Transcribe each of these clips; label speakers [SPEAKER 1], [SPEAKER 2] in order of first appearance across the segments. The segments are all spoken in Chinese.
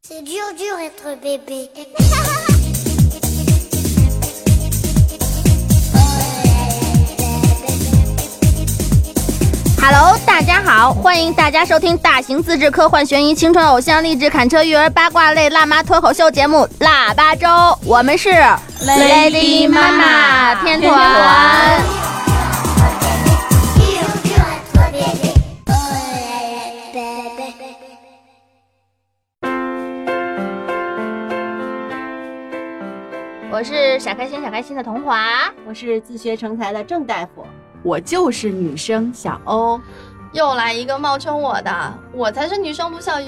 [SPEAKER 1] C'est dur, dur être bébé.
[SPEAKER 2] Hello，大家好，欢迎大家收听大型自制科幻悬疑青春偶像励志砍车育儿八卦类辣妈脱口秀节目《腊八粥》，我们是
[SPEAKER 3] Lady 妈妈
[SPEAKER 2] 天
[SPEAKER 3] 天
[SPEAKER 2] 团
[SPEAKER 3] 团。
[SPEAKER 1] Dur, dur être bébé. Oh là là, bébé.
[SPEAKER 2] 我是傻开心傻开心的童华，
[SPEAKER 3] 我是自学成才的郑大夫，我就是女生小欧。
[SPEAKER 4] 又来一个冒充我的，我才是女生吴小云。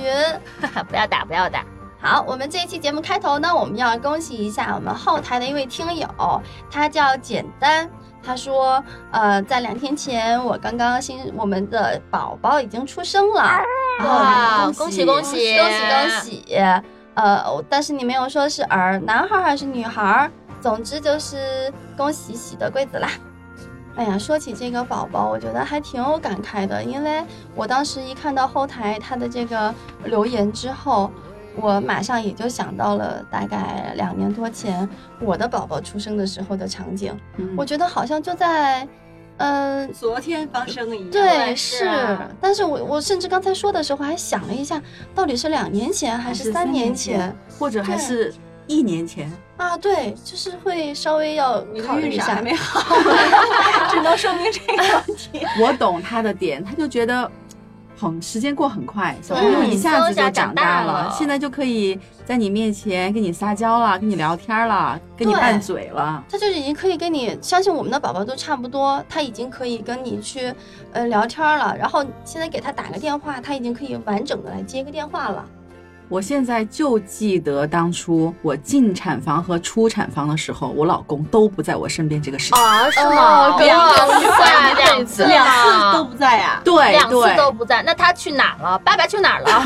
[SPEAKER 2] 哈哈，不要打不要打，
[SPEAKER 4] 好，我们这一期节目开头呢，我们要恭喜一下我们后台的一位听友，他叫简单。他说：“呃，在两天前，我刚刚新我们的宝宝已经出生了，哦
[SPEAKER 2] 哇，啊恭
[SPEAKER 3] 恭
[SPEAKER 2] 喜
[SPEAKER 3] 喜
[SPEAKER 2] 恭
[SPEAKER 4] 恭
[SPEAKER 2] 喜
[SPEAKER 4] 喜恭喜恭！喜！呃，但是你没有说是儿男孩还是女孩儿，总之就是恭喜喜得贵子啦。哎呀，说起这个宝宝，我觉得还挺有感慨的，因为我当时一看到后台他的这个留言之后，我马上也就想到了大概两年多前我的宝宝出生的时候的场景，我
[SPEAKER 5] 嗯
[SPEAKER 3] 我
[SPEAKER 4] 觉得好像就在，嗯、
[SPEAKER 3] 昨天发生了一样
[SPEAKER 4] 对，
[SPEAKER 2] 是
[SPEAKER 4] 是
[SPEAKER 2] 啊，
[SPEAKER 4] 但是我我甚至刚才说的时候还想了一下，到底是两年前还是三年前
[SPEAKER 6] 或者还
[SPEAKER 4] 对
[SPEAKER 6] 是一年前，
[SPEAKER 4] 啊？对，就是会稍微要
[SPEAKER 3] 你
[SPEAKER 4] 考
[SPEAKER 3] 的
[SPEAKER 4] 虑
[SPEAKER 3] 预
[SPEAKER 4] 一
[SPEAKER 3] 感
[SPEAKER 4] 下
[SPEAKER 3] 还。没好， 只能说明这个问题。
[SPEAKER 6] 我懂他的点，他就觉得很时间过很快，小朋友
[SPEAKER 2] 嗯
[SPEAKER 6] 一下子
[SPEAKER 2] 一下
[SPEAKER 6] 就
[SPEAKER 2] 长
[SPEAKER 6] 长
[SPEAKER 2] 大
[SPEAKER 6] 大
[SPEAKER 2] 了
[SPEAKER 6] 了，现在就可以在你面前跟你撒娇了，跟你聊天了，跟你
[SPEAKER 4] 对
[SPEAKER 6] 拌嘴了。
[SPEAKER 4] 他就是已经可以跟你，相信我们的宝宝都差不多，他已经可以跟你去，呃，聊天了。然后现在给他打个电话，他已经可以完整的来接个电话了。
[SPEAKER 6] 我现在就记得当初我进产房和出产房的时候，我老公都不在我身边这个事情。
[SPEAKER 2] 啊，是吗？
[SPEAKER 4] 哦
[SPEAKER 2] 哇
[SPEAKER 4] 跟我一
[SPEAKER 2] 塞，
[SPEAKER 4] 块一
[SPEAKER 2] 两
[SPEAKER 4] 辈
[SPEAKER 2] 次
[SPEAKER 4] 子
[SPEAKER 3] 两次都不在啊呀、
[SPEAKER 6] 对
[SPEAKER 2] 两次
[SPEAKER 6] 对，
[SPEAKER 2] 都不在，那他去哪儿了？爸爸去哪儿 了？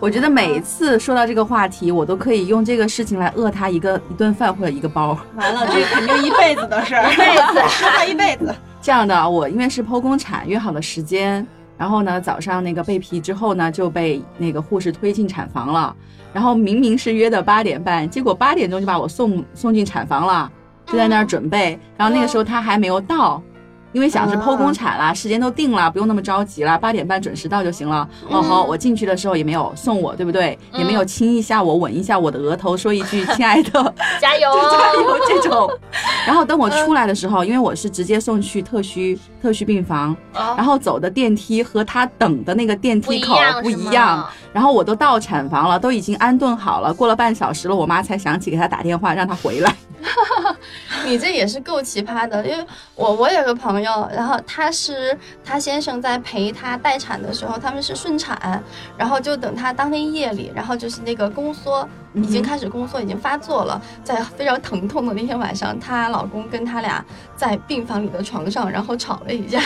[SPEAKER 6] 我觉得每次说到这个话题，我都可以用这个事情来饿他一个一顿饭或者一个包。
[SPEAKER 3] 完了， 这肯定一辈子的事儿，一辈子，说他一辈子。
[SPEAKER 6] 这样的，我因为是剖宫产，约好了时间，然后呢，早上那个备皮之后呢，就被那个护士推进产房了。然后明明是约的八点半，结果八点钟就把我送送进产房了，就在那儿准备。然后那个时候他还没有到，因为想是剖宫产啦，时间都定了，不用那么着急啦，八点半准时到就行了。哦吼，我进去的时候也没有送我，对不对？也没有亲一下我，吻一下我的额头，说一句亲爱的。
[SPEAKER 2] 加油！
[SPEAKER 6] 有这种。
[SPEAKER 2] 哦
[SPEAKER 6] 然后等我出来的时
[SPEAKER 2] 嗯
[SPEAKER 6] 候，因为我是直接送去特需特需病房，
[SPEAKER 2] 哦
[SPEAKER 6] 然后走的电梯和他等的那个电
[SPEAKER 2] 不一
[SPEAKER 6] 梯口
[SPEAKER 2] 样，
[SPEAKER 6] 不
[SPEAKER 2] 是
[SPEAKER 6] 一
[SPEAKER 2] 吗
[SPEAKER 6] 样。。然后我都到产房了，都已经安顿好了，过了半小时了，我妈才想起给他打电话让他回来。
[SPEAKER 2] 啊
[SPEAKER 4] 你这也是够奇葩的，因为我我有个朋友，然后他是他先生在陪他待产的时候，他们是顺产，然后就等他当天夜里，然后就是那个宫缩已经开始宫缩，已经发作了，在非常疼痛的那天晚上，她老公跟她俩在病房里的床上，然后吵了一架。
[SPEAKER 2] 哇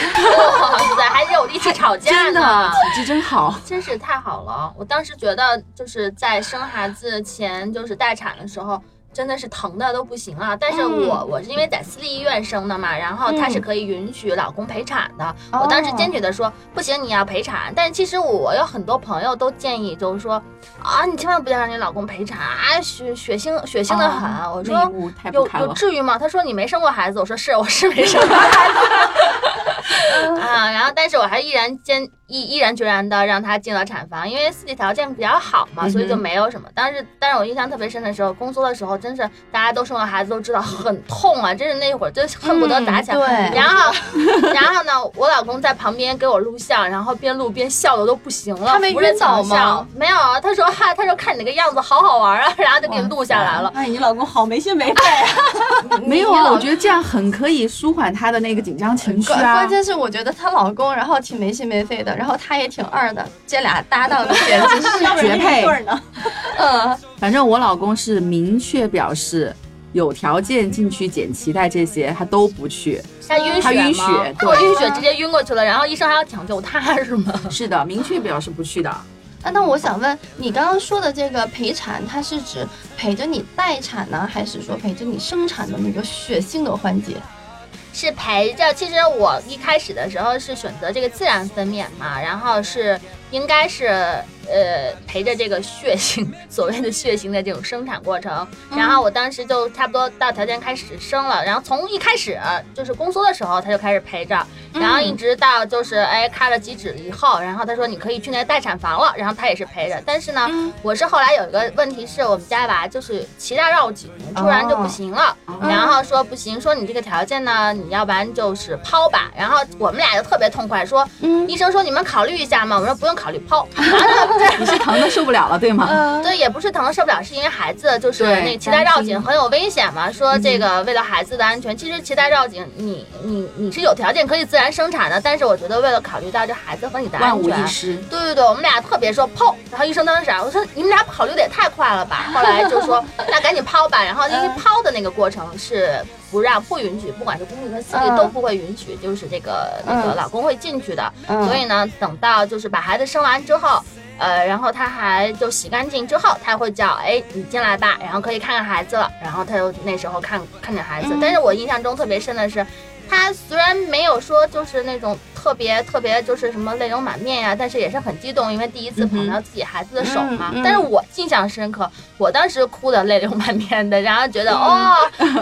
[SPEAKER 2] 塞，哦还有力气吵架
[SPEAKER 6] 真的
[SPEAKER 2] 呢，
[SPEAKER 6] 体质真好，
[SPEAKER 2] 真是太好了！我当时觉得就是在生孩子前，就是待产的时候。真的是疼的都不行了，但是
[SPEAKER 4] 嗯
[SPEAKER 2] 我、我是因为在私立医院生的嘛，然后他
[SPEAKER 6] 嗯
[SPEAKER 2] 是可以允许老公陪产的。
[SPEAKER 6] 哦
[SPEAKER 2] 我当时坚决的说、不行，你要陪产。但是其实我有很多朋友都建议，就是说啊，你千万不要让你老公陪产啊，血血腥血腥的很。我
[SPEAKER 6] 哦那一
[SPEAKER 2] 说
[SPEAKER 6] 幕太不
[SPEAKER 2] 有
[SPEAKER 6] 堪
[SPEAKER 2] 有
[SPEAKER 6] 了。
[SPEAKER 2] 至于吗？他说你没生过孩子，我说是，我是没生过孩 子啊。然后，但是我还依然坚毅毅然决然的让他进了产房，因为私立条件比较好嘛，所以就
[SPEAKER 6] 嗯哼
[SPEAKER 2] 没有什么。但是，但是我印象特别深的时候，宫缩的时候，真是大家都生了孩子都知道很痛啊，真是那会儿真是恨不得
[SPEAKER 4] 嗯
[SPEAKER 2] 打起来。
[SPEAKER 4] 对
[SPEAKER 2] 然后，然后呢，我老公在旁边给我录像，然后边录边笑的都不行了，
[SPEAKER 4] 他没
[SPEAKER 2] 扶着
[SPEAKER 4] 晕倒
[SPEAKER 2] 墙笑
[SPEAKER 4] 吗？
[SPEAKER 2] 没有，啊他说哈，他说看你那个样子好好玩啊，然后就给录下来了。
[SPEAKER 3] 哎，你老公好没心没肺啊！
[SPEAKER 6] 没有
[SPEAKER 4] 你
[SPEAKER 6] 啊，
[SPEAKER 4] 老
[SPEAKER 6] 我觉得这样很可以舒缓他的那个紧张情绪
[SPEAKER 4] 关
[SPEAKER 6] 啊
[SPEAKER 4] 关。键是我觉得她老公，然后挺没心没肺的，然后她也挺二的，这俩搭档 简直是，
[SPEAKER 3] 要不然
[SPEAKER 6] 绝配
[SPEAKER 3] 一对儿 呢？
[SPEAKER 4] 嗯，
[SPEAKER 6] 反正我老公是明确表示，有条件进去剪脐带这些他都不去。
[SPEAKER 2] 他晕血吗？
[SPEAKER 6] 他晕血对
[SPEAKER 2] 我晕血直接晕过去了，然后医生还要抢救他 是吗？
[SPEAKER 6] 是的，明确表示不去的。
[SPEAKER 4] 啊，那我想问，你刚刚说的这个陪产，它是指陪着你待产呢，还是说陪着你生产的那个血腥的环节？
[SPEAKER 2] 是陪着。其实我一开始的时候是选择这个自然分娩嘛，然后是应该是呃陪着这个血型， 所谓的血型的这种生产过程。然后我当时就差不多到条件开始生了，然后从一开始呃就是宫缩的时候，他就开始陪着，然后一直到就是哎开了几指以后，然后他说你可以去那个待产房了，然后他也是陪着。但是呢，我是后来有一个问题是我们家娃就是脐带绕颈，突然就不行了，然后说不行，说你这个条件呢，你要不然就是剖吧。然后我们俩就特别痛快，说
[SPEAKER 4] 嗯
[SPEAKER 2] 医生说你们考虑一下嘛，我说不用考虑剖。
[SPEAKER 6] 你是疼的受不了了，对吗？
[SPEAKER 4] 嗯，
[SPEAKER 2] 对，也不是疼的受不了，是因为孩子就是
[SPEAKER 6] 对嗯
[SPEAKER 2] 那脐带绕
[SPEAKER 4] 担
[SPEAKER 2] 颈很有危险嘛。说这个为了孩子的安全，其实脐带绕颈你你你是有条件可以自然生产的，但是我觉得为了考虑到这孩子和你的
[SPEAKER 6] 万
[SPEAKER 2] 安
[SPEAKER 6] 无
[SPEAKER 2] 全
[SPEAKER 6] 一，失。
[SPEAKER 2] 对对对，我们俩特别说剖，然后医生当时傻，我说你们俩考虑的也太快了吧。后来就 说那赶紧剖吧，然后因为
[SPEAKER 4] 嗯
[SPEAKER 2] 剖的那个过程是不让不允许，不管是公立和私立
[SPEAKER 4] 嗯
[SPEAKER 2] 都不会允许，就是这个那个
[SPEAKER 4] 嗯
[SPEAKER 2] 老公会进去的。
[SPEAKER 4] 嗯
[SPEAKER 2] 所以呢，等到就是把孩子生完之后，呃，然后他还就洗干净之后，他会叫，哎，你进来吧，然后可以看看孩子了。然后他就那时候看看见孩子，
[SPEAKER 4] 嗯
[SPEAKER 2] 但是我印象中特别深的是，他虽然没有说就是那种特别特别就是什么泪流满面呀、但是也是很激动，因为第一次捧到自己孩子的手嘛。
[SPEAKER 4] 嗯嗯
[SPEAKER 2] 但是我印象深刻，我当时哭的泪流满面的，然后觉得、哦，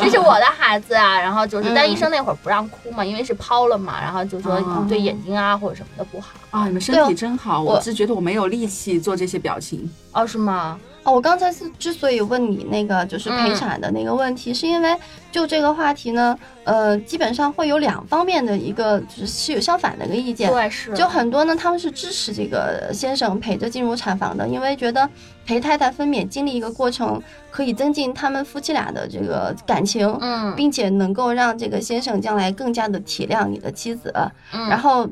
[SPEAKER 2] 这是我的孩子啊，然后就是，但
[SPEAKER 4] 嗯
[SPEAKER 2] 医生那会儿不让哭嘛，因为是抛了嘛，然后就说
[SPEAKER 6] 哦
[SPEAKER 2] 对眼睛啊或者什么的不好。
[SPEAKER 6] 啊，你们身体真好，我是觉得我没有力气做这些表情。
[SPEAKER 2] 哦，是吗？
[SPEAKER 4] 哦，我刚才是之所以问你那个就是
[SPEAKER 2] 嗯
[SPEAKER 4] 陪产的那个问题，是因为就这个话题呢，呃，基本上会有两方面的一个就是是有相反的一个意见。
[SPEAKER 2] 对，是
[SPEAKER 4] 就很多呢，他们是支持这个先生陪着进入产房的，因为觉得陪太太分娩经历一个过程，可以增进他们夫妻俩的这个感情，
[SPEAKER 2] 嗯，
[SPEAKER 4] 并且能够让这个先生将来更加的体谅你的妻子，
[SPEAKER 2] 嗯
[SPEAKER 4] 然后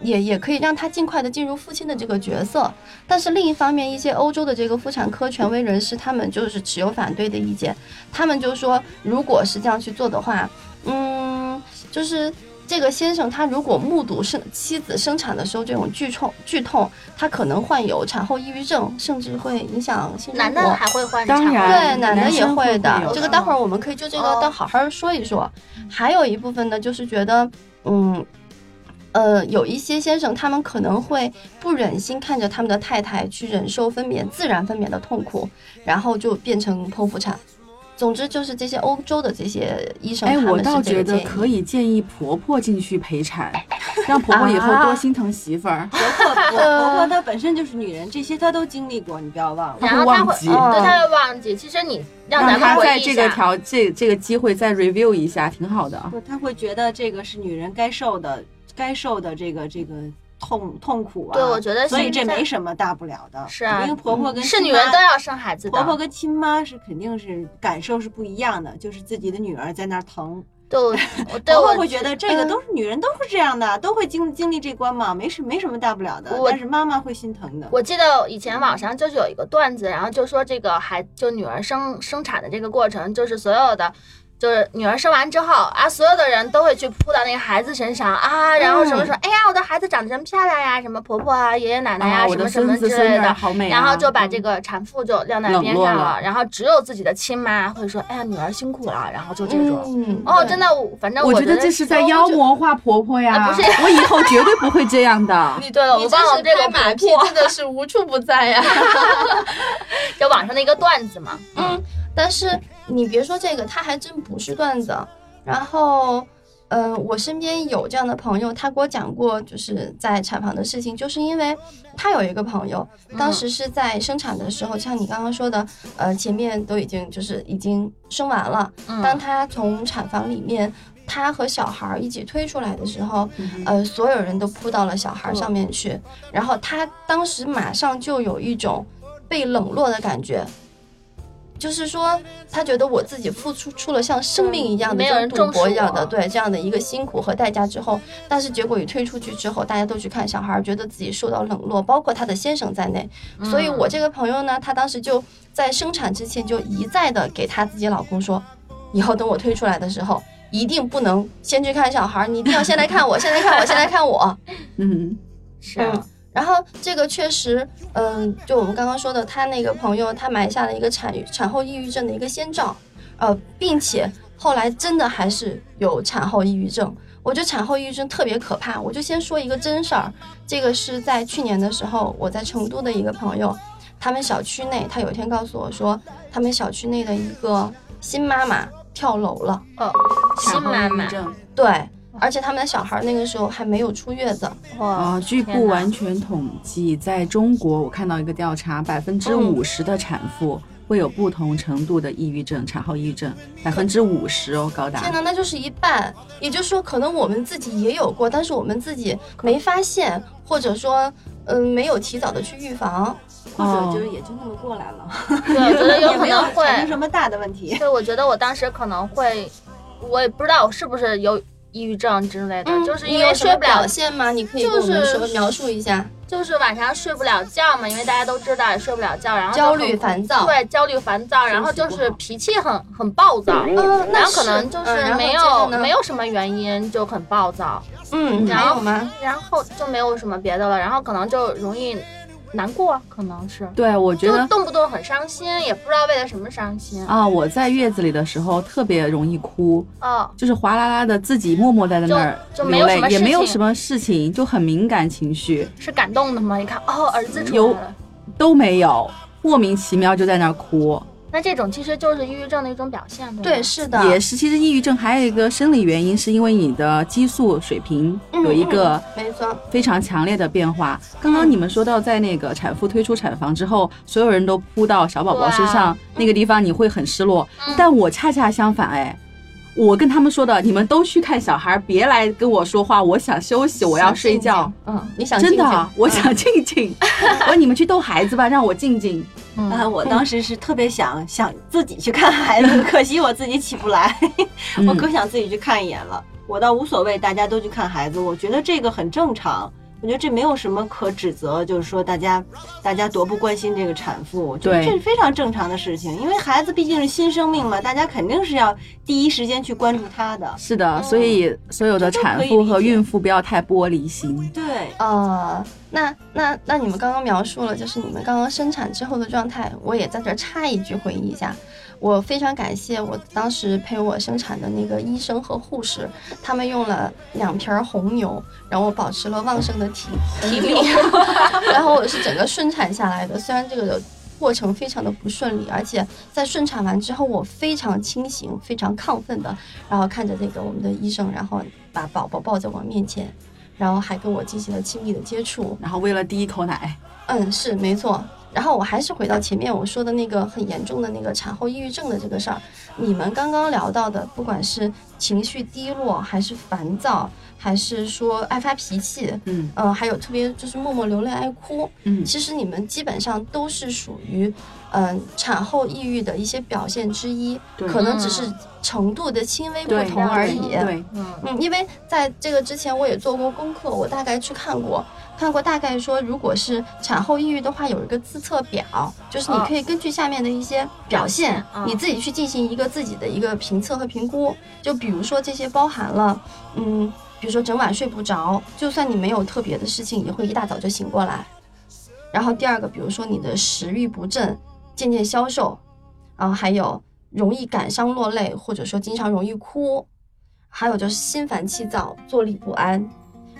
[SPEAKER 4] 也也可以让他尽快的进入父亲的这个角色。但是另一方面，一些欧洲的这个妇产科权威人士，他们就是持有反对的意见，他们就说，如果是这样去做的话，嗯，就是。这个先生他如果目睹生妻子生产的时候这种剧痛剧痛，他可能患有产后抑郁症，甚至会影响性生活。
[SPEAKER 2] 男的还会患
[SPEAKER 6] 当
[SPEAKER 2] 产
[SPEAKER 6] 然
[SPEAKER 2] 后
[SPEAKER 4] 对，男的也
[SPEAKER 6] 生会
[SPEAKER 4] 会的。
[SPEAKER 6] 有
[SPEAKER 4] 这
[SPEAKER 6] 的
[SPEAKER 4] 个待会儿我们可以就这个
[SPEAKER 2] 哦
[SPEAKER 4] 都好好说一说。还有一部分呢，就是觉得，嗯，呃，有一些先生他们可能会不忍心看着他们的太太去忍受分娩自然分娩的痛苦，然后就变成剖腹产。总之就是这些欧洲的这些医生，
[SPEAKER 6] 哎，
[SPEAKER 4] 他
[SPEAKER 6] 我
[SPEAKER 4] 们
[SPEAKER 6] 倒
[SPEAKER 4] 是这
[SPEAKER 6] 觉
[SPEAKER 4] 个
[SPEAKER 6] 得
[SPEAKER 4] 建议
[SPEAKER 6] 可以建议婆婆进去陪 产，让婆婆以
[SPEAKER 2] 啊
[SPEAKER 6] 后多心疼媳妇儿。
[SPEAKER 5] 婆婆，婆婆她本身就是女人，这些她都经历过，你不要忘了。
[SPEAKER 2] 然后
[SPEAKER 6] 会
[SPEAKER 2] 他
[SPEAKER 6] 忘
[SPEAKER 2] 会，
[SPEAKER 6] 记
[SPEAKER 2] 对，他会忘记。其实你让咱
[SPEAKER 6] 让
[SPEAKER 2] 们
[SPEAKER 6] 她
[SPEAKER 2] 回
[SPEAKER 6] 在
[SPEAKER 2] 忆
[SPEAKER 6] 这
[SPEAKER 2] 一
[SPEAKER 6] 个
[SPEAKER 2] 下，嗯
[SPEAKER 6] 条这这个机会再 review 一下，挺好的。
[SPEAKER 5] 不，她会觉得这个是女人该受的，该受的这个这个痛痛苦啊。
[SPEAKER 2] 对我觉得
[SPEAKER 5] 所以
[SPEAKER 2] 现
[SPEAKER 5] 这
[SPEAKER 2] 在
[SPEAKER 5] 没什么大不了的。
[SPEAKER 2] 是啊
[SPEAKER 5] 因为婆婆跟
[SPEAKER 2] 是
[SPEAKER 5] 亲
[SPEAKER 2] 女人
[SPEAKER 5] 妈
[SPEAKER 2] 都要生孩子
[SPEAKER 5] 婆婆
[SPEAKER 2] 的。
[SPEAKER 5] 跟亲妈是肯定是感受是不一样的，就是自己的女儿在那儿疼，
[SPEAKER 2] 对， 我对
[SPEAKER 5] 婆婆
[SPEAKER 2] 我嗯
[SPEAKER 5] 会觉得这个都是女人都是这样的，都会经经历这关嘛，没什没什么大不了的。
[SPEAKER 2] 我
[SPEAKER 5] 但是妈妈会心疼的。
[SPEAKER 2] 我记得以前网上就是有一个段子，然后就说这个孩就女儿生生产的这个过程，就是所有的。就是女儿生完之后啊，所有的人都会去扑到那个孩子身上啊，然后什
[SPEAKER 6] 嗯
[SPEAKER 2] 么说，哎呀，我的孩子长得真漂亮呀，什么婆婆啊、爷爷奶奶呀、
[SPEAKER 6] 啊，我
[SPEAKER 2] 什
[SPEAKER 6] 的
[SPEAKER 2] 么什
[SPEAKER 6] 孙
[SPEAKER 2] 么
[SPEAKER 6] 子
[SPEAKER 2] 之
[SPEAKER 6] 孙
[SPEAKER 2] 类
[SPEAKER 6] 女儿
[SPEAKER 2] 的，
[SPEAKER 6] 好美啊。
[SPEAKER 2] 然后就把这个产妇就晾在
[SPEAKER 6] 冷
[SPEAKER 2] 边
[SPEAKER 6] 落
[SPEAKER 2] 上
[SPEAKER 6] 了
[SPEAKER 2] 然后只有自己的亲妈会说，哎呀，女儿辛苦了，然后就这种。
[SPEAKER 4] 嗯，
[SPEAKER 2] 哦，
[SPEAKER 4] 对
[SPEAKER 2] 真的，反正
[SPEAKER 6] 我觉
[SPEAKER 2] 觉
[SPEAKER 6] 得这是在妖魔化婆婆呀！
[SPEAKER 2] 啊不是
[SPEAKER 6] 我以后绝对不会这样 的。
[SPEAKER 2] 你对了，我
[SPEAKER 4] 你这
[SPEAKER 2] 忘了
[SPEAKER 4] 是
[SPEAKER 2] 这
[SPEAKER 4] 拍
[SPEAKER 2] 个
[SPEAKER 4] 马
[SPEAKER 2] 婆
[SPEAKER 4] 屁
[SPEAKER 2] 婆，
[SPEAKER 4] 真的是无处不在呀。
[SPEAKER 2] 就网上的一个段子嘛。
[SPEAKER 4] 嗯，但是你别说这个，它还真不是段子。然后，呃，我身边有这样的朋友，他给我讲过，就是在产房的事情，就是因为他有一个朋友，当时是在生产的时候，像你刚刚说的，呃，前面都已经就是已经生完了，
[SPEAKER 2] 嗯，
[SPEAKER 4] 当他从产房里面。他和小孩儿一起推出来的时候，
[SPEAKER 2] 嗯
[SPEAKER 4] 呃，所有人都扑到了小孩儿上面去，然后他当时马上就有一种被冷落的感觉，就是说他觉得我自己付出出了像生命一样的
[SPEAKER 2] 嗯没有
[SPEAKER 4] 这
[SPEAKER 2] 人
[SPEAKER 4] 种
[SPEAKER 2] 重
[SPEAKER 4] 赌博
[SPEAKER 2] 视
[SPEAKER 4] 一样
[SPEAKER 2] 我
[SPEAKER 4] 的对这样的一个辛苦和代价之后，但是结果一推出去之后，大家都去看小孩儿，觉得自己受到冷落，包括他的先生在内，所以我这个朋友呢，她当时就在生产之前就一再的给她自己老公说，以后等我推出来的时候，一定不能先去看小孩儿，你一定要先来看我，先来看我，先来看我。
[SPEAKER 6] 嗯，
[SPEAKER 2] 是啊
[SPEAKER 4] 嗯然后这个确实，嗯、就我们刚刚说的，她那个朋友，她埋下了一个产产后抑郁症的一个先兆，呃，并且后来真的还是有产后抑郁症。我觉得产后抑郁症特别可怕。我就先说一个真事儿，这个是在去年的时候，我在成都的一个朋友，他们小区内，他有一天告诉我说，他们小区内的一个新妈妈跳楼了。
[SPEAKER 2] 新妈妈，
[SPEAKER 4] 对，而且他们的小孩儿那个时候还没有出月子。
[SPEAKER 2] 哇，
[SPEAKER 6] 啊，据
[SPEAKER 2] 哦天
[SPEAKER 6] 不
[SPEAKER 2] 哪
[SPEAKER 6] 完全统计，在中国，我看到一个调查，百分之
[SPEAKER 2] 嗯
[SPEAKER 6] 五十的产妇会有不同程度的抑郁症，产后抑郁症，百分之五十哦，高
[SPEAKER 4] 天
[SPEAKER 6] 达。
[SPEAKER 4] 哪，那就是一半，也就是说，可能我们自己也有过，但是我们自己没发现，或者说，嗯、没有提早的去预防。
[SPEAKER 5] 或者
[SPEAKER 6] 哦
[SPEAKER 5] 就是也就那么过来了，
[SPEAKER 4] 嗯
[SPEAKER 2] 对，我觉得有
[SPEAKER 5] 也
[SPEAKER 2] 可
[SPEAKER 5] 没
[SPEAKER 2] 能
[SPEAKER 5] 有 产生
[SPEAKER 2] 会，
[SPEAKER 5] 什么大的问题。
[SPEAKER 2] 对，我觉得我当时可能会，我也不知道我是不是有抑郁症之类的，就是
[SPEAKER 4] 你
[SPEAKER 2] 因
[SPEAKER 4] 有
[SPEAKER 2] 为
[SPEAKER 4] 什
[SPEAKER 2] 嗯睡
[SPEAKER 4] 么
[SPEAKER 2] 不了
[SPEAKER 4] 表现吗？你可以
[SPEAKER 2] 就
[SPEAKER 4] 跟我们
[SPEAKER 2] 是
[SPEAKER 4] 说描述一下，
[SPEAKER 2] 就是晚上睡不了觉嘛，因为大家都知道也睡不了觉，然后就
[SPEAKER 4] 焦
[SPEAKER 2] 很
[SPEAKER 4] 虑、烦躁。
[SPEAKER 2] 对焦虑、烦躁，然后就是脾气很很暴躁，
[SPEAKER 4] 嗯
[SPEAKER 2] 然
[SPEAKER 4] 那
[SPEAKER 2] 后可
[SPEAKER 4] 是
[SPEAKER 2] 能就
[SPEAKER 4] 嗯
[SPEAKER 2] 是
[SPEAKER 4] 然后
[SPEAKER 2] 没
[SPEAKER 4] 接着
[SPEAKER 2] 有
[SPEAKER 4] 呢
[SPEAKER 2] 没有什么原因就很暴躁，
[SPEAKER 4] 嗯，
[SPEAKER 2] 然
[SPEAKER 4] 还
[SPEAKER 2] 后
[SPEAKER 4] 有吗？
[SPEAKER 2] 然后就没有什么别的了，然后可能就容易难过，可能是
[SPEAKER 6] 对，我觉
[SPEAKER 2] 就
[SPEAKER 6] 得
[SPEAKER 2] 动不动很伤心，也不知道为了什么伤心。
[SPEAKER 6] 啊，我在月子里的时候特别容易哭，
[SPEAKER 2] 哦，
[SPEAKER 6] 就是哗啦啦的自己默默待在那儿
[SPEAKER 2] 就就没有什
[SPEAKER 6] 流泪
[SPEAKER 2] 么，事
[SPEAKER 6] 也没有
[SPEAKER 2] 情
[SPEAKER 6] 什么事情，就很敏感情绪
[SPEAKER 2] 是感动的吗？一看哦，儿子出
[SPEAKER 6] 有
[SPEAKER 2] 来了。
[SPEAKER 6] 都没有，莫名其妙就在那儿哭。
[SPEAKER 2] 那这种其实就是抑郁症的一种表现，对吗
[SPEAKER 4] 对，是的，
[SPEAKER 6] 也是，其实抑郁症还有一个生理原因，是因为你的激素水平
[SPEAKER 4] 嗯
[SPEAKER 6] 有一个
[SPEAKER 4] 嗯没错，
[SPEAKER 6] 非常强烈的变化。刚刚你们说到，在那个产妇推出产房之后，所有人都扑到小宝宝身
[SPEAKER 2] 对
[SPEAKER 6] 上那个地方，你会很失落
[SPEAKER 2] 嗯。
[SPEAKER 6] 但我恰恰相反，哎，我跟他们说的，你们都去看小孩，别来跟我说话，我想休息，我要睡觉。
[SPEAKER 4] 嗯，你想
[SPEAKER 6] 真
[SPEAKER 4] 静
[SPEAKER 6] 的
[SPEAKER 4] 静
[SPEAKER 6] 啊，我想静静。我说你们去逗孩子吧，让我静静。嗯
[SPEAKER 5] 啊，我当时是特别想想自己去看孩 子，可惜我自己起不来， 我
[SPEAKER 6] 嗯
[SPEAKER 5] 可想自己去看一眼了。我倒无所谓，大家都去看孩子，我觉得这个很正常。我觉得这没有什么可指责，就是说大家大家多不关心这个产妇，我觉得
[SPEAKER 6] 对
[SPEAKER 5] 这是非常正常的事情，因为孩子毕竟是新生命嘛，大家肯定是要第一时间去关注他的。
[SPEAKER 6] 是的，所以所有的
[SPEAKER 5] 这都可
[SPEAKER 6] 产
[SPEAKER 5] 以
[SPEAKER 6] 妇
[SPEAKER 5] 理
[SPEAKER 6] 和
[SPEAKER 5] 解
[SPEAKER 6] 孕妇不要太玻璃心。
[SPEAKER 5] 对，
[SPEAKER 4] 呃，那那那你们刚刚描述了，就是你们刚刚生产之后的状态，我也在这儿插一句回忆一下。我非常感谢我当时陪我生产的那个医生和护士，他们用了两瓶儿红牛，让我保持了旺盛的体体力， 然后我是整个顺产下来的。虽然这个过程非常的不顺利，而且在顺产完之后，我非常清醒、非常亢奋的，然后看着这个我们的医生，然后把宝宝抱在我面前，然后还跟我进行了亲密的接触。
[SPEAKER 6] 然后为了第一口奶，
[SPEAKER 4] 嗯，是没错。然后我还是回到前面我说的那个很严重的那个产后抑郁症的这个事儿，你们刚刚聊到的，不管是情绪低落，还是烦躁，还是说爱发脾气，
[SPEAKER 6] 嗯
[SPEAKER 4] 呃，还有特别就是默默流泪爱哭，
[SPEAKER 6] 嗯
[SPEAKER 4] 其实你们基本上都是属于，嗯、产后抑郁的一些表现之一，
[SPEAKER 6] 对
[SPEAKER 4] 可能只是程度的轻微不
[SPEAKER 6] 嗯对
[SPEAKER 4] 同而已。
[SPEAKER 6] 对，
[SPEAKER 2] 嗯，
[SPEAKER 4] 嗯，因为在这个之前我也做过功课，我大概去看过，看过大概说，如果是产后抑郁的话，有一个自测表，就是你
[SPEAKER 2] 啊
[SPEAKER 4] 可以根据下面的一些表现，
[SPEAKER 2] 啊
[SPEAKER 4] 你自己去进行一个自己的一个评测和评估。就比如说这些包含了，嗯，比如说整晚睡不着，就算你没有特别的事情，也会一大早就醒过来。然后第二个，比如说你的食欲不振，渐渐消瘦，然后还有容易感伤落泪，或者说经常容易哭，还有就是心烦气躁、坐立不安。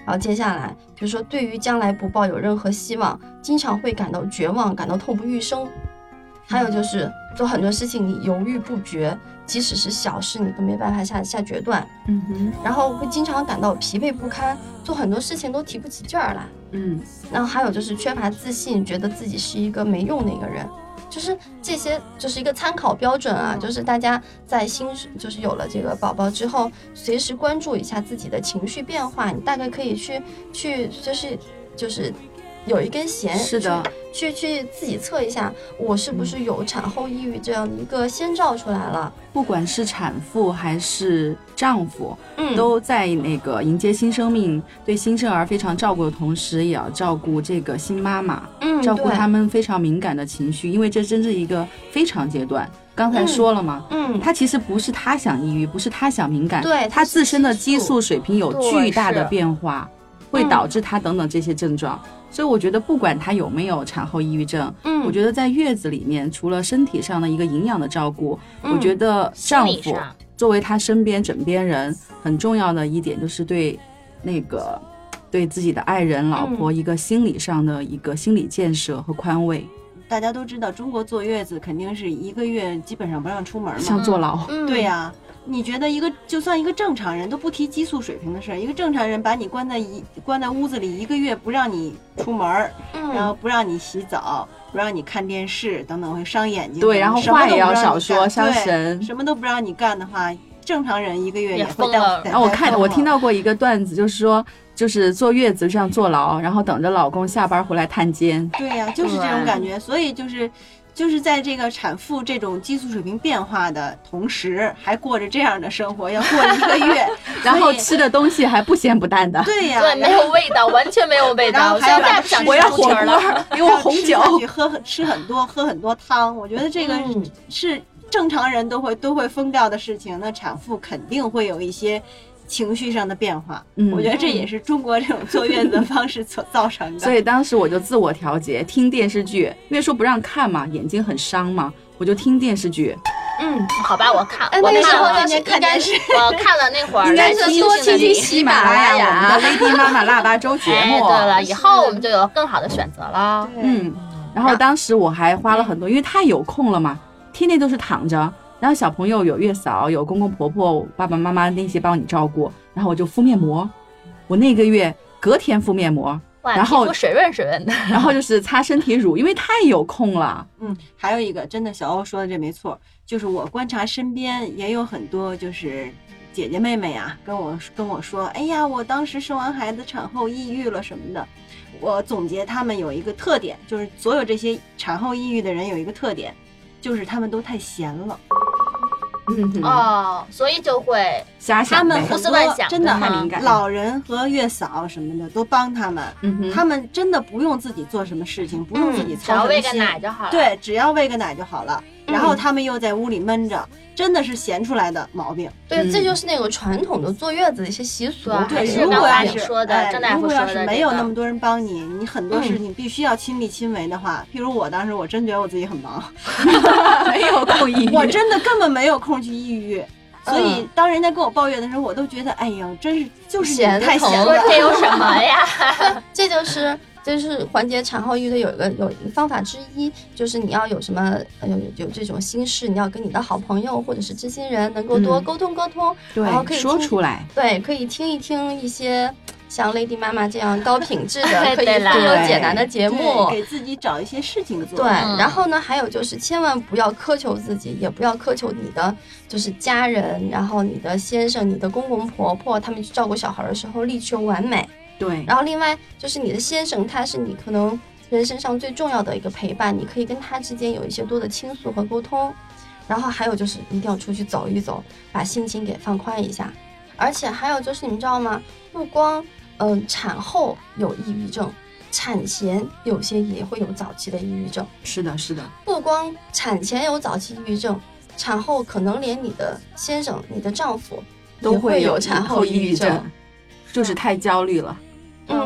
[SPEAKER 4] 然后接下来，比如说对于将来不抱有任何希望，经常会感到绝望，感到痛不欲生。还有就是做很多事情你犹豫不决，即使是小事你都没办法下下决断，
[SPEAKER 6] 嗯哼，
[SPEAKER 4] 然后会经常感到疲惫不堪，做很多事情都提不起劲儿来。
[SPEAKER 6] 嗯，
[SPEAKER 4] 然后还有就是缺乏自信，觉得自己是一个没用的一个人，就是这些就是一个参考标准啊，就是大家在新就是有了这个宝宝之后，随时关注一下自己的情绪变化，你大概可以去去就是就是有一根弦，
[SPEAKER 6] 是的，
[SPEAKER 4] 去去自己测一下我是不
[SPEAKER 6] 嗯
[SPEAKER 4] 是有产后抑郁这样的一个先兆出来了，
[SPEAKER 6] 不管是产妇还是丈夫，
[SPEAKER 4] 嗯，
[SPEAKER 6] 都在那个迎接新生命、对新生儿非常照顾的同时，也要照顾这个新妈妈，
[SPEAKER 4] 嗯
[SPEAKER 6] 照顾
[SPEAKER 4] 对
[SPEAKER 6] 他们非常敏感的情绪，因为这真是一个非常阶段。刚才说了嘛，
[SPEAKER 4] 嗯，
[SPEAKER 6] 她其实不是她想抑郁，不是她想敏感，
[SPEAKER 4] 对
[SPEAKER 6] 她
[SPEAKER 4] 她是
[SPEAKER 6] 自身的
[SPEAKER 4] 激
[SPEAKER 6] 激
[SPEAKER 4] 素
[SPEAKER 6] 素水平有
[SPEAKER 2] 对
[SPEAKER 6] 巨大的
[SPEAKER 2] 是
[SPEAKER 6] 变化，会
[SPEAKER 4] 嗯
[SPEAKER 6] 导致她等等这些症状。所以我觉得，不管她有没有产后抑郁症，
[SPEAKER 4] 嗯，
[SPEAKER 6] 我觉得在月子里面，除了身体上的一个营养的照顾，
[SPEAKER 4] 嗯
[SPEAKER 6] 我觉得
[SPEAKER 2] 心
[SPEAKER 6] 丈
[SPEAKER 2] 理
[SPEAKER 6] 夫
[SPEAKER 2] 上
[SPEAKER 6] 作为他身边枕边人很重要的一点，就是对那个对自己的爱人、老
[SPEAKER 2] 嗯
[SPEAKER 6] 婆一个心理上的一个心理建设和宽慰，
[SPEAKER 5] 大家都知道，中国坐月子肯定是一个月基本上不让出门嘛。
[SPEAKER 6] 像坐牢。
[SPEAKER 2] 嗯，
[SPEAKER 5] 对呀、你觉得一个就算一个正常人都不提激素水平的事儿，一个正常人把你关在一关在屋子里一个月，不让你出门儿，
[SPEAKER 4] 嗯
[SPEAKER 6] 嗯
[SPEAKER 5] 然后不让你洗澡，不让你看电视等等，会伤眼睛。
[SPEAKER 6] 对，然后
[SPEAKER 5] 什么
[SPEAKER 6] 话
[SPEAKER 5] 都
[SPEAKER 6] 也
[SPEAKER 5] 不
[SPEAKER 6] 要
[SPEAKER 5] 让
[SPEAKER 6] 少
[SPEAKER 5] 你
[SPEAKER 6] 说，
[SPEAKER 5] 干
[SPEAKER 6] 伤
[SPEAKER 5] 对
[SPEAKER 6] 神。
[SPEAKER 5] 什么都不让你干的话，正常人一个月
[SPEAKER 2] 也
[SPEAKER 5] 会
[SPEAKER 2] 疯
[SPEAKER 5] 带
[SPEAKER 2] 了
[SPEAKER 5] 带
[SPEAKER 6] 然后我
[SPEAKER 5] 带
[SPEAKER 6] 看
[SPEAKER 5] 疯
[SPEAKER 6] 我
[SPEAKER 5] 了
[SPEAKER 6] 听到过一个段子，就是说，就是坐月子上坐牢，然后等着老公下班回来探监。
[SPEAKER 5] 对呀、就是这种
[SPEAKER 2] 对
[SPEAKER 5] 感觉。所以就是，就是在这个产妇这种激素水平变化的同时，还过着这样的生活，要过一个月，
[SPEAKER 6] 然后
[SPEAKER 5] 所以
[SPEAKER 6] 吃的东西还不咸不淡的，
[SPEAKER 5] 对呀、
[SPEAKER 2] 对，
[SPEAKER 5] 然
[SPEAKER 2] 没
[SPEAKER 5] 后
[SPEAKER 2] 有味道，完全没有味
[SPEAKER 5] 然
[SPEAKER 2] 道。
[SPEAKER 5] 后
[SPEAKER 2] 我
[SPEAKER 5] 还
[SPEAKER 2] 现
[SPEAKER 5] 要
[SPEAKER 2] 在不想
[SPEAKER 5] 吃
[SPEAKER 2] 吃
[SPEAKER 6] 哎我要
[SPEAKER 2] 猪蹄
[SPEAKER 6] 火
[SPEAKER 2] 儿了。
[SPEAKER 6] 锅，给我红
[SPEAKER 5] 吃
[SPEAKER 6] 酒
[SPEAKER 5] 下。去喝很吃很多，喝很多汤。我觉得这个
[SPEAKER 4] 嗯
[SPEAKER 5] 是正常人都会都会疯掉的事情，那产妇肯定会有一些。情绪上的变化，
[SPEAKER 6] 嗯
[SPEAKER 5] 我觉得这也是中国这种坐月子的方式所造成的。
[SPEAKER 6] 所以当时我就自我调节，听电视剧，因为说不让看嘛，眼睛很伤嘛，我就听电视剧。
[SPEAKER 4] 嗯，
[SPEAKER 2] 好吧，我看，
[SPEAKER 4] 哎
[SPEAKER 2] 我
[SPEAKER 4] 那个
[SPEAKER 2] 看
[SPEAKER 4] 时候
[SPEAKER 2] 了，
[SPEAKER 4] 人家
[SPEAKER 2] 应
[SPEAKER 4] 看
[SPEAKER 2] 该
[SPEAKER 4] 电
[SPEAKER 2] 是我看了那会儿，
[SPEAKER 6] 应该
[SPEAKER 2] 来自
[SPEAKER 6] 是
[SPEAKER 2] 星
[SPEAKER 6] 多
[SPEAKER 2] 星的
[SPEAKER 4] 听
[SPEAKER 2] 你
[SPEAKER 4] 听喜马
[SPEAKER 6] 马
[SPEAKER 4] 拉
[SPEAKER 6] 拉
[SPEAKER 4] 雅
[SPEAKER 6] 雅，我们的 Lady 妈妈腊八粥节
[SPEAKER 2] 哎，
[SPEAKER 6] 目。啊
[SPEAKER 2] 对了，以后我们就有更好的选择了。
[SPEAKER 6] 嗯，然后当时我还花了很多，因为太有空了嘛，天天都是躺着。然后小朋友有月嫂，有公公婆婆、爸爸妈妈那些帮你照顾，然后我就敷面膜，我那个月隔天敷面膜，
[SPEAKER 2] 哇，
[SPEAKER 6] 然后
[SPEAKER 2] 皮肤水润水润的，
[SPEAKER 6] 然后就是擦身体乳，因为太有空了。
[SPEAKER 5] 嗯，还有一个，真的小欧说的这没错，就是我观察身边也有很多就是姐姐妹妹啊，跟我跟我说，哎呀，我当时生完孩子产后抑郁了什么的。我总结他们有一个特点，就是所有这些产后抑郁的人有一个特点，就是他们都太闲了，
[SPEAKER 6] 嗯，
[SPEAKER 2] 哦，所以就会
[SPEAKER 6] 瞎想
[SPEAKER 5] 他们
[SPEAKER 6] 呗
[SPEAKER 2] 胡
[SPEAKER 5] 很
[SPEAKER 2] 思
[SPEAKER 5] 多
[SPEAKER 2] 乱想
[SPEAKER 5] 真
[SPEAKER 2] 的
[SPEAKER 5] 的
[SPEAKER 6] 太
[SPEAKER 2] 吗
[SPEAKER 6] 敏感了。
[SPEAKER 5] 老人和月嫂什么的都帮他们，
[SPEAKER 6] 嗯哼，
[SPEAKER 5] 他们真的不用自己做什么事情，不用自己
[SPEAKER 2] 嗯，只要
[SPEAKER 5] 操
[SPEAKER 2] 喂
[SPEAKER 5] 什
[SPEAKER 2] 个
[SPEAKER 5] 么心。
[SPEAKER 2] 奶就好了。，
[SPEAKER 5] 对，只要喂个奶就好了。
[SPEAKER 2] 嗯
[SPEAKER 5] 然后他们又在屋里闷着，真的是闲出来的毛病。
[SPEAKER 4] 对，这
[SPEAKER 6] 嗯哦
[SPEAKER 4] 就是那种传统的坐月子的一些习俗啊，
[SPEAKER 2] 对
[SPEAKER 4] 还
[SPEAKER 2] 是
[SPEAKER 5] 如
[SPEAKER 2] 刚
[SPEAKER 5] 果
[SPEAKER 2] 才
[SPEAKER 5] 要
[SPEAKER 2] 你
[SPEAKER 5] 是
[SPEAKER 2] 说的
[SPEAKER 5] 哎
[SPEAKER 2] 郑大夫
[SPEAKER 5] 如果要
[SPEAKER 2] 说
[SPEAKER 5] 是
[SPEAKER 2] 的
[SPEAKER 5] 没
[SPEAKER 2] 这
[SPEAKER 5] 有
[SPEAKER 2] 个
[SPEAKER 5] 那么多人帮你，你很多事
[SPEAKER 4] 嗯
[SPEAKER 5] 情必须要亲力亲为的话，譬如我当时我真觉得我自己很 忙，
[SPEAKER 6] 没有空抑郁。
[SPEAKER 5] 我真的根本没有空去抑郁。所
[SPEAKER 2] 嗯
[SPEAKER 5] 以当人家跟我抱怨的时候，我都觉得，哎呀，真是就是你
[SPEAKER 4] 闲
[SPEAKER 5] 们太
[SPEAKER 4] 头
[SPEAKER 5] 闲
[SPEAKER 2] 说
[SPEAKER 5] 了。
[SPEAKER 2] 这有什么呀？
[SPEAKER 4] 这就是就是缓解产后抑郁的有一个有一个方法之一，就是你要有什么有有有这种心事，你要跟你的好朋友或者是知心人能够多
[SPEAKER 6] 嗯
[SPEAKER 4] 沟通沟通，然后可
[SPEAKER 6] 对，
[SPEAKER 4] 以
[SPEAKER 6] 说
[SPEAKER 4] 听
[SPEAKER 6] 出来。
[SPEAKER 4] 对，可以听一听一些像 Lady 妈妈这样高品质的、可以
[SPEAKER 2] 对啦
[SPEAKER 4] 妇幼解难的节目
[SPEAKER 5] 对，。给自己找一些事情做。
[SPEAKER 4] 对，
[SPEAKER 2] 嗯
[SPEAKER 4] 然后呢，还有就是千万不要苛求自己，也不要苛求你的就是家人，然后你的先生、你的公公婆婆，他们去照顾小孩的时候力求完美。
[SPEAKER 6] 对，
[SPEAKER 4] 然后另外就是你的先生，他是你可能人身上最重要的一个陪伴，你可以跟他之间有一些多的倾诉和沟通。然后还有就是一定要出去走一走，把心情给放宽一下。而且还有就是你们知道吗？不光嗯、呃产后有抑郁症，产前有些也会有早期的抑郁症。
[SPEAKER 6] 是的，是的，
[SPEAKER 4] 不光产前有早期抑郁症，产后可能连你的先生、你的丈夫也会有产后抑郁症。，
[SPEAKER 6] 就是太焦虑了。
[SPEAKER 4] 嗯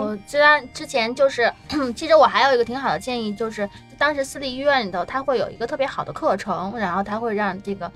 [SPEAKER 2] 我知道之前就是，其实我还有一个挺好的建议，就是当时私立医院里头，它会有一个特别好的课程，然后它会让这个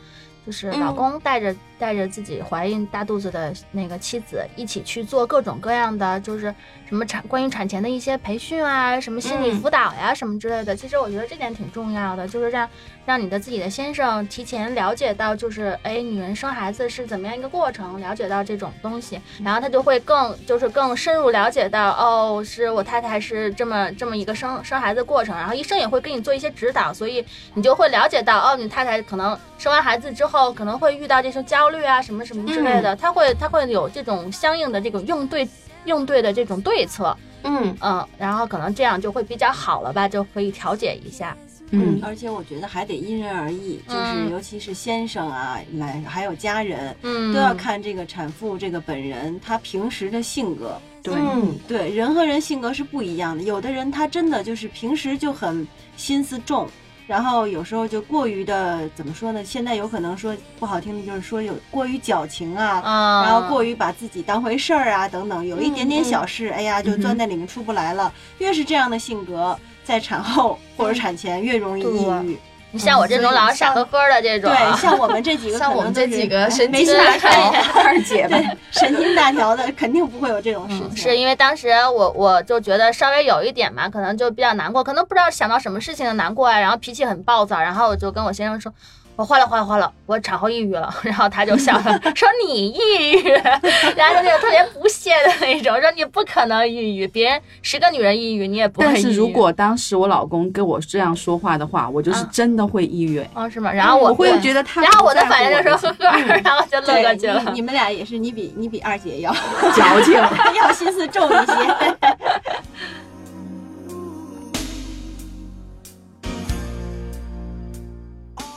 [SPEAKER 2] 就是
[SPEAKER 4] 嗯
[SPEAKER 2] 老公带着、带着自己怀孕大肚子的那个妻子一起去做各种各样的，就是什么产关于产前的一些培训啊，什么心理
[SPEAKER 4] 嗯
[SPEAKER 2] 辅导呀、什么之类的。其实我觉得这点挺重要的，就是让让你的自己的先生提前了解到，就是哎，女人生孩子是怎么样一个过程，了解到这种东西，然后他就会更就是更深入了解到，哦，是我太太是这么这么一个生生孩子的过程，然后医生也会给你做一些指导，所以你就会了解到，哦，你太太可能生完孩子之后可能会遇到这些焦虑啊，什么什么之类的，他会他会有这种相应的这种应对应对的这种对策，
[SPEAKER 4] 嗯，
[SPEAKER 2] 嗯，然后可能这样就会比较好了吧，就可以调节一下，
[SPEAKER 6] 嗯，
[SPEAKER 5] 而且我觉得还得因人而异，就是
[SPEAKER 2] 嗯
[SPEAKER 5] 尤其是先生啊，来还有家人，
[SPEAKER 2] 嗯，
[SPEAKER 5] 都要看这个产妇这个本人她平时的性格。
[SPEAKER 6] 对，
[SPEAKER 4] 嗯
[SPEAKER 5] 对，人和人性格是不一样的。有的人他真的就是平时就很心思重，然后有时候就过于的怎么说呢？现在有可能说不好听的就是说有过于矫情啊，
[SPEAKER 2] 啊，
[SPEAKER 5] 然后过于把自己当回事儿啊等等，有一点点
[SPEAKER 4] 嗯嗯
[SPEAKER 5] 小事，哎呀就
[SPEAKER 6] 嗯
[SPEAKER 5] 钻
[SPEAKER 6] 哼
[SPEAKER 5] 在里面出不来了。越是这样的性格，在产后或者产前越容易抑
[SPEAKER 2] 对
[SPEAKER 5] 郁。
[SPEAKER 2] 你像我这种老是傻呵呵的这种，啊
[SPEAKER 5] 对，像我们这几个，
[SPEAKER 4] 像我们这几个神
[SPEAKER 5] 哎没
[SPEAKER 4] 经
[SPEAKER 5] 事哎
[SPEAKER 4] 大条，
[SPEAKER 6] 二姐吧
[SPEAKER 5] 对，神经大条的肯定不会有这种事
[SPEAKER 4] 嗯
[SPEAKER 5] 情。
[SPEAKER 2] 嗯是因为当时我我就觉得稍微有一点嘛，可能就比较难过，可能不知道想到什么事情的难过啊，然后脾气很暴躁，然后我就跟我先生说。我花了花了花了，我产后抑郁了， 然后他就笑了，说你抑郁， 然后就那种特别不屑的那种，说你不可能抑郁，别人十个女人抑郁你也不会抑郁。
[SPEAKER 6] 但是如果当时我老公跟我这样说话的话，我就是
[SPEAKER 2] 啊
[SPEAKER 6] 真的会抑郁。嗯
[SPEAKER 2] 哦是吗？然后我
[SPEAKER 6] 我会
[SPEAKER 2] 对
[SPEAKER 6] 觉得他不
[SPEAKER 2] 然
[SPEAKER 6] 在乎
[SPEAKER 2] 后
[SPEAKER 6] 我
[SPEAKER 2] 我
[SPEAKER 6] 的
[SPEAKER 2] 的
[SPEAKER 6] 情绪，
[SPEAKER 2] 反应就是呵呵， 然后就乐过
[SPEAKER 5] 对
[SPEAKER 2] 去了。
[SPEAKER 5] 你你们俩也是，你比你比二姐要
[SPEAKER 6] 矫情。
[SPEAKER 5] 要心思重一 些。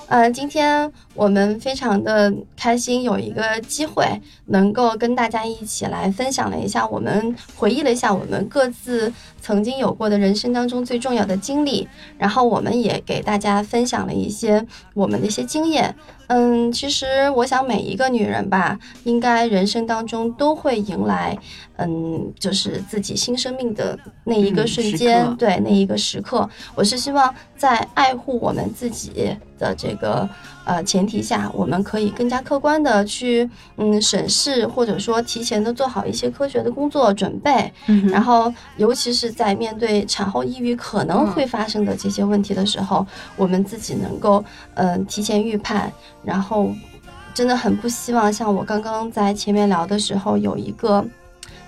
[SPEAKER 4] 呃，今天我们非常的开心，有一个机会能够跟大家一起来分享了一下，我们回忆了一下我们各自曾经有过的人生当中最重要的经历，然后我们也给大家分享了一些我们的一些经验。嗯，其实我想每一个女人吧，应该人生当中都会迎来，嗯，就是自己新生命的那一个
[SPEAKER 6] 嗯
[SPEAKER 4] 瞬
[SPEAKER 6] 时
[SPEAKER 4] 间，
[SPEAKER 6] 刻
[SPEAKER 4] 对那一个时刻。我是希望在爱护我们自己的这个呃前提下，我们可以更加客观的去嗯审视，或者说提前的做好一些科学的工作准备。
[SPEAKER 6] 嗯
[SPEAKER 4] 然后，尤其是在面对产后抑郁可能会发生的这些问题的时候，我们自己能够嗯、呃提前预判，然后真的很不希望像我刚刚在前面聊的时候有一个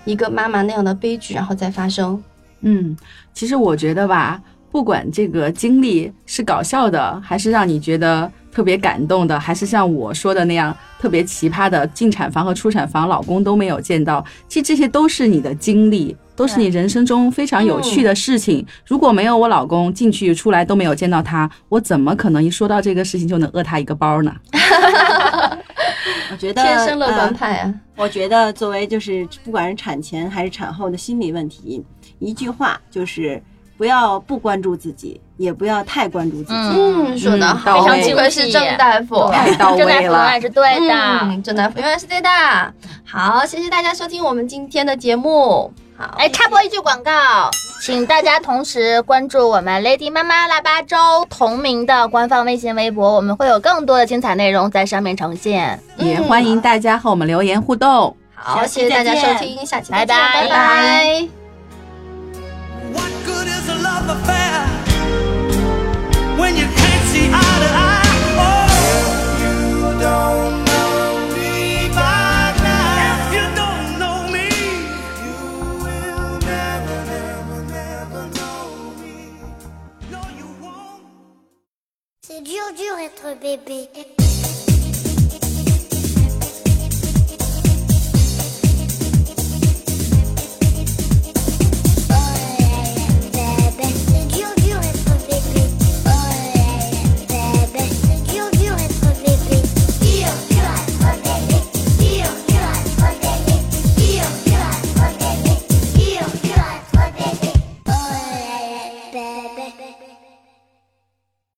[SPEAKER 4] 一个妈妈那样的悲剧，然后再发生。
[SPEAKER 6] 嗯，其实我觉得吧，不管这个经历是搞笑的，还是让你觉得特别感动的，还是像我说的那样特别奇葩的进产房和出产房，老公都没有见到，其实这些都是你的经历。都是你人生中非常有趣的事情。如果没有我老公进去出来都没有见到他，我怎么可能一说到这个事情就能饿他一个包呢？
[SPEAKER 5] 我觉得
[SPEAKER 4] 天生乐观
[SPEAKER 5] 呃
[SPEAKER 4] 派啊，
[SPEAKER 5] 我觉得作为就是不管是产前还是产后的心理问题，一句话就是不要不关注自己，也不要太关注自己。
[SPEAKER 4] 嗯，说得
[SPEAKER 6] 嗯
[SPEAKER 4] 好，
[SPEAKER 6] 到
[SPEAKER 4] 不
[SPEAKER 6] 位
[SPEAKER 4] 愧是郑大夫。
[SPEAKER 6] 太 到
[SPEAKER 2] 正
[SPEAKER 6] 位
[SPEAKER 2] 在
[SPEAKER 6] 了
[SPEAKER 2] 也是对的。
[SPEAKER 4] 嗯，郑大夫永远是对的。好，谢谢大家收听我们今天的节目。好，
[SPEAKER 2] 哎，插播一句广告，请大家同时关注我们 Lady 妈妈腊八粥同名的官方微信、微博，我们会有更多的精彩内容在上面呈现。
[SPEAKER 6] 也欢迎大家和我们留言互动。
[SPEAKER 4] 好，
[SPEAKER 5] 下
[SPEAKER 4] 谢
[SPEAKER 5] 期
[SPEAKER 4] 谢大家
[SPEAKER 5] 再
[SPEAKER 4] 收
[SPEAKER 5] 见
[SPEAKER 4] 听，下期
[SPEAKER 2] 拜
[SPEAKER 4] 再见，
[SPEAKER 2] 拜
[SPEAKER 4] 拜拜
[SPEAKER 7] What good is a love affair when you can't see eye to eye? Oh, you don't know me by now. If you don't know me, you will never, never, never know me. No, you won't.
[SPEAKER 1] C'est dur, dur être bébé.